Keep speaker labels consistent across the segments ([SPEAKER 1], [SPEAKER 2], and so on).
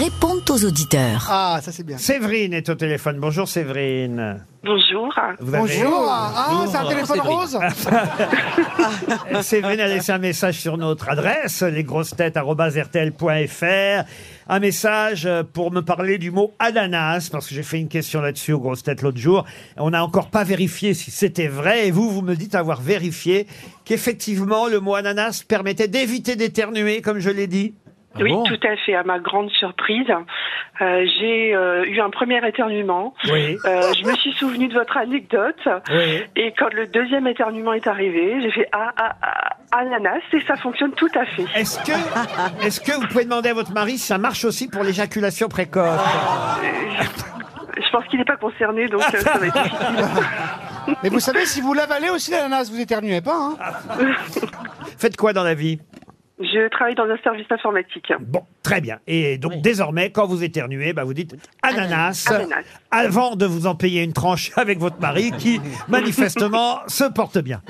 [SPEAKER 1] répondent aux auditeurs.
[SPEAKER 2] Ah, ça c'est bien.
[SPEAKER 3] Séverine est au téléphone. Bonjour Séverine.
[SPEAKER 4] Bonjour.
[SPEAKER 3] Vous avez-
[SPEAKER 2] Bonjour. Ah, c'est un téléphone rose
[SPEAKER 3] Séverine a laissé un message sur notre adresse, lesgrossetêtes.rtl.fr. Un message euh, pour me parler du mot ananas, parce que j'ai fait une question là-dessus aux grosses têtes l'autre jour. On n'a encore pas vérifié si c'était vrai, et vous, vous me dites avoir vérifié qu'effectivement le mot ananas permettait d'éviter d'éternuer, comme je l'ai dit.
[SPEAKER 4] oui, tout à fait. À ma grande surprise, euh, j'ai euh, eu un premier éternuement.
[SPEAKER 3] Oui.
[SPEAKER 4] Euh, je me suis souvenu de votre anecdote.
[SPEAKER 3] Oui.
[SPEAKER 4] Et quand le deuxième éternuement est arrivé, j'ai fait ah, ah, ah, ananas et ça fonctionne tout à fait.
[SPEAKER 3] Est-ce que, est-ce que vous pouvez demander à votre mari si ça marche aussi pour l'éjaculation précoce
[SPEAKER 4] Je pense qu'il n'est pas concerné, donc euh, ça va être difficile.
[SPEAKER 2] Mais vous savez, si vous l'avalez aussi l'ananas, vous éternuez pas.
[SPEAKER 3] Ah,
[SPEAKER 2] Hein
[SPEAKER 3] Faites quoi dans la vie
[SPEAKER 4] Je travaille dans un service informatique.
[SPEAKER 3] Bon, très bien. Et donc désormais, quand vous éternuez, bah, vous dites ananas,
[SPEAKER 4] Ananas.
[SPEAKER 3] avant de vous en payer une tranche avec votre mari qui, manifestement, se porte bien.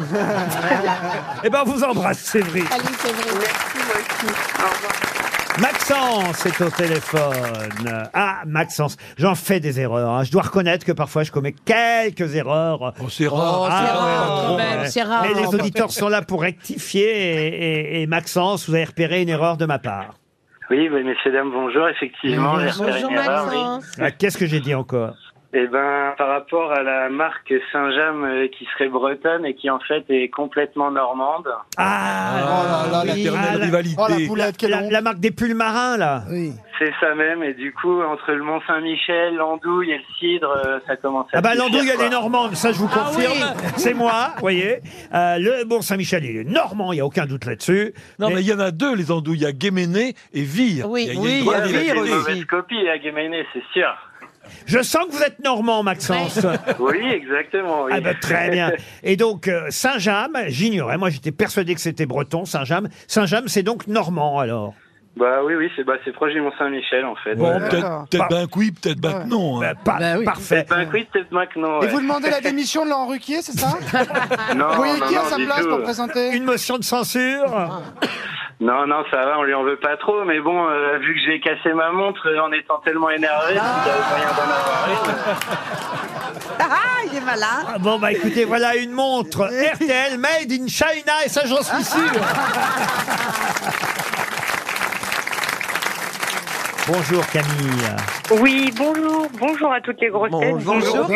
[SPEAKER 3] Eh ben, on vous embrasse, Séverine.
[SPEAKER 4] Merci, moi aussi. Au revoir.
[SPEAKER 3] Maxence est au téléphone. Ah, Maxence, j'en fais des erreurs. hein. Je dois reconnaître que parfois je commets quelques erreurs.
[SPEAKER 5] Oh, c'est rare.
[SPEAKER 3] Ah,
[SPEAKER 6] Oh, c'est
[SPEAKER 3] ouais,
[SPEAKER 6] rare,
[SPEAKER 3] bon,
[SPEAKER 6] quand même,
[SPEAKER 3] ouais.
[SPEAKER 6] c'est rare.
[SPEAKER 3] Mais les auditeurs sont là pour rectifier et- et- et Maxence, vous avez repéré une erreur de ma part.
[SPEAKER 7] Oui, oui, messieurs, dames, bonjour. Effectivement, j'ai repéré
[SPEAKER 6] Bonjour
[SPEAKER 7] une erreur, oui.
[SPEAKER 6] Maxence.
[SPEAKER 3] Ah, Qu'est-ce que j'ai dit encore
[SPEAKER 7] Eh ben, par rapport à la marque Saint-James euh, qui serait bretonne et qui en fait est complètement normande.
[SPEAKER 3] Ah,
[SPEAKER 2] Oh là là,
[SPEAKER 3] oui,
[SPEAKER 2] l'éternelle
[SPEAKER 3] ah, la-
[SPEAKER 2] Oh la poulette, quelle
[SPEAKER 3] la,
[SPEAKER 2] honte.
[SPEAKER 3] la marque des pulls marins, là.
[SPEAKER 2] Oui.
[SPEAKER 7] C'est ça même. Et du coup, entre le Mont Saint-Michel, l'andouille et le cidre, euh, ça commence à.
[SPEAKER 3] Ah bah
[SPEAKER 7] se
[SPEAKER 3] l'andouille,
[SPEAKER 7] faire,
[SPEAKER 3] elle est
[SPEAKER 7] quoi.
[SPEAKER 3] normande, ça je vous
[SPEAKER 6] Ah
[SPEAKER 3] confirme.
[SPEAKER 6] oui.
[SPEAKER 3] C'est moi, voyez. Euh, le Bon Saint-Michel, il est normand, il n'y a aucun doute là-dessus.
[SPEAKER 5] Non, mais
[SPEAKER 3] Mais-
[SPEAKER 5] il y en a deux, les andouilles. Il y a Guéméné et Vire.
[SPEAKER 6] Oui,
[SPEAKER 5] il y a, une
[SPEAKER 6] oui, il y
[SPEAKER 5] grande
[SPEAKER 6] a
[SPEAKER 7] Ouais, mais
[SPEAKER 6] Vire
[SPEAKER 7] c'est
[SPEAKER 6] aussi.
[SPEAKER 7] une mauvaise copie à Guéméné, c'est sûr.
[SPEAKER 3] Je sens que vous êtes normand, Maxence.
[SPEAKER 7] Oui, exactement. Oui.
[SPEAKER 3] Ah bah, très bien. Et donc euh, Saint-James, j'ignorais, moi j'étais persuadé que c'était breton, Saint-James. Saint-James, c'est donc normand alors.
[SPEAKER 7] bah oui, oui, c'est bah, c'est proche du Mont Saint-Michel en fait.
[SPEAKER 5] Bon,
[SPEAKER 7] Ouais.
[SPEAKER 2] D'accord.
[SPEAKER 5] peut-être peut
[SPEAKER 3] Par-
[SPEAKER 5] ben que oui, peut-être ben que non. hein.
[SPEAKER 3] Bah, par-
[SPEAKER 6] Bah oui.
[SPEAKER 3] Parfait.
[SPEAKER 7] Ben, oui, peut-être maintenant.
[SPEAKER 2] Et
[SPEAKER 7] Ouais.
[SPEAKER 2] vous demandez la démission de Laurent Ruquier, c'est ça
[SPEAKER 7] Non,
[SPEAKER 2] Vous voyez
[SPEAKER 7] non,
[SPEAKER 2] qui à
[SPEAKER 7] non,
[SPEAKER 2] sa
[SPEAKER 7] du
[SPEAKER 2] place
[SPEAKER 7] tout.
[SPEAKER 2] pour présenter
[SPEAKER 3] Une motion de censure
[SPEAKER 7] Non, non, ça va, on lui en veut pas trop, mais bon, euh, vu que j'ai cassé ma montre euh, en étant tellement énervé, il y avait moyen d'en avoir une.
[SPEAKER 6] Ah, il est malin.
[SPEAKER 3] Ah, Bon bah écoutez, voilà une montre RTL Made in China et ça j'en suis sûr. Bonjour Camille.
[SPEAKER 4] Oui, bonjour, bonjour à toutes les grosses têtes.
[SPEAKER 2] Bonjour,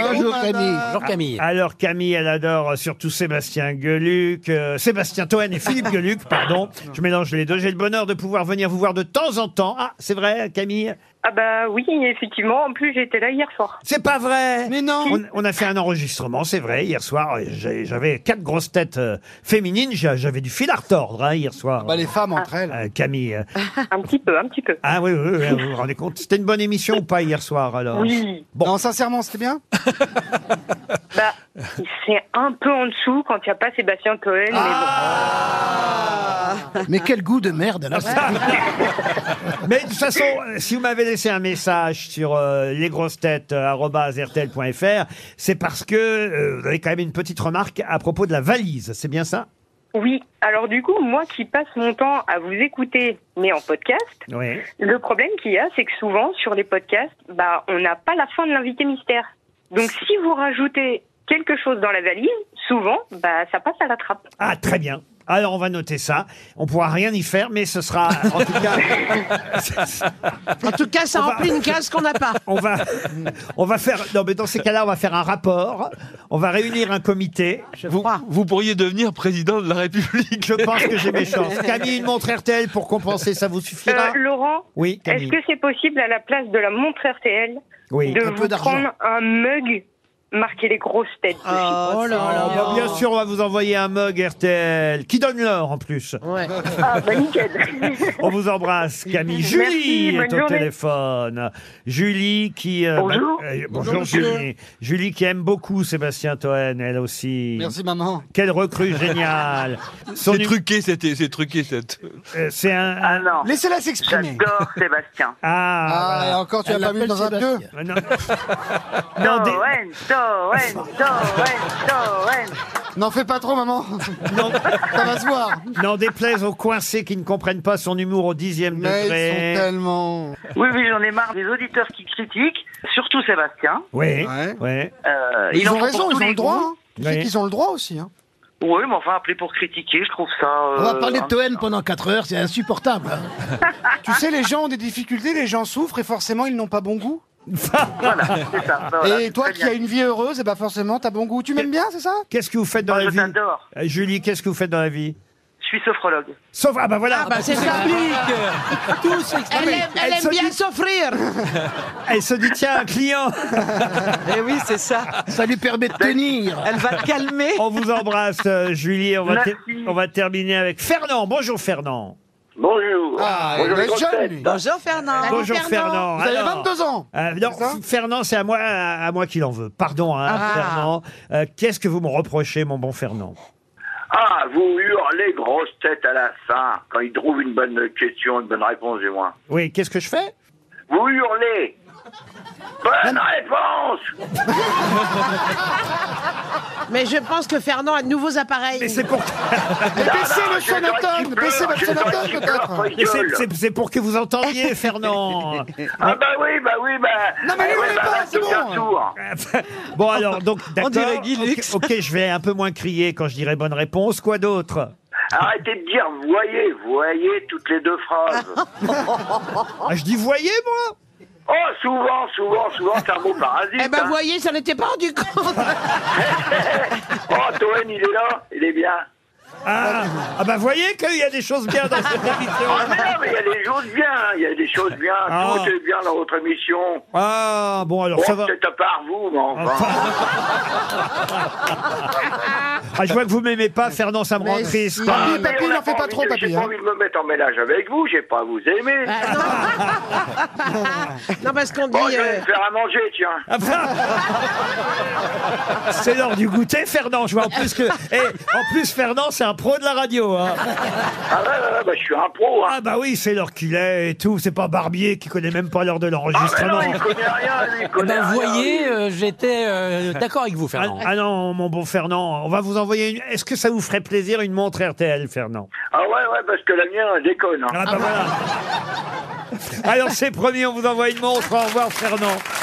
[SPEAKER 2] Camille.
[SPEAKER 3] Alors Camille, elle adore euh, surtout Sébastien Gueluc, euh, Sébastien Toen et Philippe Gueluc, pardon. Je mélange les deux. J'ai le bonheur de pouvoir venir vous voir de temps en temps. Ah, c'est vrai Camille
[SPEAKER 4] Ah bah oui, effectivement. En plus, j'étais là hier soir.
[SPEAKER 3] C'est pas vrai
[SPEAKER 2] Mais non.
[SPEAKER 3] on, on a fait un enregistrement, c'est vrai, hier soir. euh, j'ai- J'avais quatre grosses têtes euh, féminines. j'a- J'avais du fil à retordre hein, hier soir.
[SPEAKER 2] Bah, les femmes entre elles.
[SPEAKER 3] Euh, Camille.
[SPEAKER 4] Un petit peu, un petit peu.
[SPEAKER 3] Ah oui, oui, oui, vous vous rendez compte C'était une bonne émission ou pas hier soir alors
[SPEAKER 4] Oui.
[SPEAKER 3] Bon.
[SPEAKER 2] Non, sincèrement, c'était bien.
[SPEAKER 4] Bah, c'est un peu en dessous quand il n'y a pas Sébastien Cohen.
[SPEAKER 2] Ah Mais quel goût de merde là.
[SPEAKER 3] Mais de toute façon, euh, si vous m'avez laissé un message sur euh, lesgrossetêtes.rtl.fr, c'est parce que euh, vous avez quand même une petite remarque à propos de la valise, c'est bien ça
[SPEAKER 4] mais bon. Oui. Alors du coup, moi qui passe mon temps à vous écouter, mais en podcast,
[SPEAKER 3] Oui.
[SPEAKER 4] le problème qu'il y a, c'est que souvent sur les podcasts, bah, on n'a pas la fin de l'invité mystère. Donc si vous rajoutez quelque chose dans la valise, souvent, bah, ça passe à la trappe.
[SPEAKER 3] Ah, très bien. Alors on va noter ça. On pourra rien y faire, mais ce sera en tout cas,
[SPEAKER 6] En tout cas, ça remplit une case qu'on n'a pas.
[SPEAKER 3] on va, on va faire. Non, mais dans ces cas-là, on va faire un rapport. On va réunir un comité.
[SPEAKER 5] Vous, vous pourriez devenir président de la République.
[SPEAKER 3] Je pense que j'ai mes chances. Camille, une montre RTL pour compenser, ça vous
[SPEAKER 4] Euh,
[SPEAKER 3] suffira
[SPEAKER 4] Laurent,
[SPEAKER 3] Oui,
[SPEAKER 4] est-ce
[SPEAKER 3] Camille.
[SPEAKER 4] que c'est possible à la place de la montre RTL
[SPEAKER 3] Oui.
[SPEAKER 4] de
[SPEAKER 2] un peu
[SPEAKER 4] vous
[SPEAKER 2] d'argent.
[SPEAKER 4] prendre un mug marqué les grosses têtes dessus
[SPEAKER 6] Oh là
[SPEAKER 3] Ah, bah, bien sûr, on va vous envoyer un mug RTL qui donne l'heure en plus.
[SPEAKER 6] Ouais.
[SPEAKER 4] Ah bah nickel
[SPEAKER 3] On vous embrasse, Camille.
[SPEAKER 4] Merci,
[SPEAKER 3] Julie
[SPEAKER 4] bonne
[SPEAKER 3] est au
[SPEAKER 4] journée.
[SPEAKER 3] téléphone. Julie qui. euh,
[SPEAKER 4] Bonjour.
[SPEAKER 3] bah, euh, bonjour, Julie. Julie qui aime beaucoup Sébastien Toen, elle aussi.
[SPEAKER 2] Merci maman.
[SPEAKER 3] Quelle recrue géniale. Son
[SPEAKER 5] C'est
[SPEAKER 3] nu-
[SPEAKER 5] truqué, c'était, c'est truqué cette.
[SPEAKER 3] euh, C'est un.
[SPEAKER 7] Ah non,
[SPEAKER 2] Laissez-la s'exprimer.
[SPEAKER 7] j'adore Sébastien.
[SPEAKER 3] Ah,
[SPEAKER 2] Ah, et
[SPEAKER 3] voilà.
[SPEAKER 2] encore, tu as pas mis dans un 2
[SPEAKER 3] Non, Non, des-
[SPEAKER 7] Cohen,
[SPEAKER 4] Toen, Toen.
[SPEAKER 2] N'en fais pas trop, maman.
[SPEAKER 3] Non,
[SPEAKER 2] Ça va se voir.
[SPEAKER 3] n'en déplaise aux coincés qui ne comprennent pas son humour au dixième
[SPEAKER 2] Mais ils sont
[SPEAKER 3] degré.
[SPEAKER 2] tellement.
[SPEAKER 4] Oui, oui, j'en ai marre des auditeurs qui critiquent, surtout Sébastien.
[SPEAKER 3] Oui,
[SPEAKER 2] Ouais.
[SPEAKER 3] ouais.
[SPEAKER 4] Euh,
[SPEAKER 2] Ils
[SPEAKER 4] il en
[SPEAKER 2] ont
[SPEAKER 4] faut
[SPEAKER 2] raison,
[SPEAKER 4] pour tous
[SPEAKER 2] ils ont
[SPEAKER 4] les
[SPEAKER 2] le droit.
[SPEAKER 4] goûts.
[SPEAKER 2] hein. Tu sais
[SPEAKER 3] Oui.
[SPEAKER 2] qu'ils ont le droit aussi. hein.
[SPEAKER 4] Oui, mais enfin, appeler pour critiquer, je trouve ça.
[SPEAKER 8] On va
[SPEAKER 4] euh,
[SPEAKER 8] parler de
[SPEAKER 4] un-
[SPEAKER 8] Toen pendant 4 heures, c'est insupportable. hein.
[SPEAKER 2] Tu sais, les gens ont des difficultés, les gens souffrent et forcément ils n'ont pas bon goût.
[SPEAKER 4] Voilà, c'est ça. ben voilà,
[SPEAKER 2] et
[SPEAKER 4] c'est
[SPEAKER 2] toi
[SPEAKER 4] très
[SPEAKER 2] qui
[SPEAKER 4] bien.
[SPEAKER 2] as une vie heureuse, et bah forcément t'as bon goût. Tu m'aimes bien, c'est ça
[SPEAKER 3] Qu'est-ce que vous faites dans
[SPEAKER 4] Moi,
[SPEAKER 3] la
[SPEAKER 4] Bah, je
[SPEAKER 3] vie
[SPEAKER 4] t'adore.
[SPEAKER 3] Euh, Julie, qu'est-ce que vous faites dans la vie
[SPEAKER 4] Je suis sophrologue.
[SPEAKER 3] Sauf, ah bah voilà,
[SPEAKER 6] Ah bah c'est ça.
[SPEAKER 5] Tout s'explique.
[SPEAKER 6] Elle aime, elle
[SPEAKER 3] elle se
[SPEAKER 6] aime bien
[SPEAKER 3] dit-
[SPEAKER 6] s'offrir.
[SPEAKER 3] elle se dit, tiens, un client,
[SPEAKER 9] Eh oui, c'est ça.
[SPEAKER 8] Ça lui permet de tenir.
[SPEAKER 9] Elle va te calmer.
[SPEAKER 3] on vous embrasse, euh, Julie, on va,
[SPEAKER 4] Merci.
[SPEAKER 3] ter- on va terminer avec Fernand, bonjour Fernand.
[SPEAKER 7] Bonjour.
[SPEAKER 2] Ah, il est jeune, lui.
[SPEAKER 6] Bonjour Fernand.
[SPEAKER 3] bonjour Fernand.
[SPEAKER 2] Vous avez
[SPEAKER 3] Alors,
[SPEAKER 2] 22 ans.
[SPEAKER 3] euh, non,
[SPEAKER 2] C'est ça
[SPEAKER 3] Fernand, c'est à moi, à, à moi qu'il en veut. Pardon, hein,
[SPEAKER 6] Ah.
[SPEAKER 3] Fernand. Euh, Qu'est-ce que vous me reprochez, mon bon Fernand
[SPEAKER 7] Ah, vous hurlez grosse tête à la fin quand ils trouvent une bonne question, une bonne réponse du moins.
[SPEAKER 3] Oui, qu'est-ce que je fais
[SPEAKER 7] Vous hurlez Bonne réponse
[SPEAKER 6] Mais je pense que Fernand a de nouveaux appareils.
[SPEAKER 3] Mais c'est pour,
[SPEAKER 2] Mais baissez
[SPEAKER 7] Ah,
[SPEAKER 2] le
[SPEAKER 7] j'ai le droit
[SPEAKER 2] sonatone,
[SPEAKER 7] qui
[SPEAKER 2] baissez
[SPEAKER 7] pleure,
[SPEAKER 2] votre
[SPEAKER 7] j'ai le droit
[SPEAKER 2] sonatone
[SPEAKER 7] qui
[SPEAKER 2] peut-être.
[SPEAKER 7] pleure,
[SPEAKER 3] mais c'est-
[SPEAKER 7] gueule.
[SPEAKER 3] c'est- c'est pour que vous entendiez, Fernand.
[SPEAKER 7] Ah bah oui, bah oui, bah...
[SPEAKER 2] Non, mais lui,
[SPEAKER 7] eh
[SPEAKER 2] on
[SPEAKER 7] oui,
[SPEAKER 2] est
[SPEAKER 7] bah,
[SPEAKER 2] pas,
[SPEAKER 7] bah,
[SPEAKER 2] c'est
[SPEAKER 7] tout un
[SPEAKER 2] bon.
[SPEAKER 7] tour.
[SPEAKER 3] bon alors, donc d'accord.
[SPEAKER 9] dirait Guy
[SPEAKER 3] Ok,
[SPEAKER 9] Lux.
[SPEAKER 3] ok, je vais un peu moins crier quand je dirai bonne réponse. Quoi d'autre
[SPEAKER 7] Arrêtez de dire voyez, voyez toutes les deux phrases.
[SPEAKER 3] Ah, Je dis voyez moi.
[SPEAKER 7] Oh, souvent, souvent, souvent, c'est un mot parasite.
[SPEAKER 6] Eh ben
[SPEAKER 7] hein.
[SPEAKER 6] voyez, ça n'était pas rendu compte.
[SPEAKER 7] Oh, Toen, il est là, il est bien.
[SPEAKER 3] Ah, ah bah voyez qu'il y a des choses bien dans cette
[SPEAKER 7] Ah,
[SPEAKER 3] émission.
[SPEAKER 7] mais non, mais il y a des choses bien, hein, il y a des choses bien.
[SPEAKER 3] Ah.
[SPEAKER 7] Tout est bien dans votre émission.
[SPEAKER 3] Ah bon alors
[SPEAKER 7] Bon,
[SPEAKER 3] ça va.
[SPEAKER 7] peut-être à part vous, mais enfin.
[SPEAKER 3] Ah, je vois que vous m'aimez pas, Fernand, ça me rend triste.
[SPEAKER 2] Papy,
[SPEAKER 7] Mais
[SPEAKER 2] papy,
[SPEAKER 7] on a
[SPEAKER 2] n'en fais pas
[SPEAKER 7] envie
[SPEAKER 2] trop,
[SPEAKER 7] de- J'ai
[SPEAKER 2] papy.
[SPEAKER 7] pas
[SPEAKER 2] hein.
[SPEAKER 7] envie de me mettre en ménage avec vous, j'ai pas à vous aimer.
[SPEAKER 6] Ah, non. non, parce qu'on dit.
[SPEAKER 7] Bon, je vais
[SPEAKER 6] euh,
[SPEAKER 7] me faire à manger, tiens.
[SPEAKER 3] Ah, bah. C'est l'heure du goûter, Fernand. Je vois en plus que, eh, en plus Fernand, c'est un pro de la radio. hein.
[SPEAKER 7] Ah ouais, ouais, ouais, bah, je suis un pro, hein.
[SPEAKER 3] Ah bah oui, c'est l'heure qu'il est et tout. C'est pas Barbier qui connaît même pas l'heure de
[SPEAKER 7] Ah, mais non,
[SPEAKER 3] l'enregistrement.
[SPEAKER 7] il connaît rien, lui, il
[SPEAKER 9] Eh
[SPEAKER 7] connaît
[SPEAKER 9] ben, vous
[SPEAKER 7] rien. hein.
[SPEAKER 9] voyez, euh, j'étais euh, d'accord avec vous,
[SPEAKER 3] Ah,
[SPEAKER 9] Fernand.
[SPEAKER 3] ah non, mon bon Fernand, on va vous envoyer une. Est-ce que ça vous ferait plaisir une montre RTL, Fernand
[SPEAKER 7] Ah ouais, ouais, parce que la mienne, elle déconne. hein.
[SPEAKER 3] Ah bah voilà. Alors c'est promis, on vous envoie une montre. Au revoir, Fernand.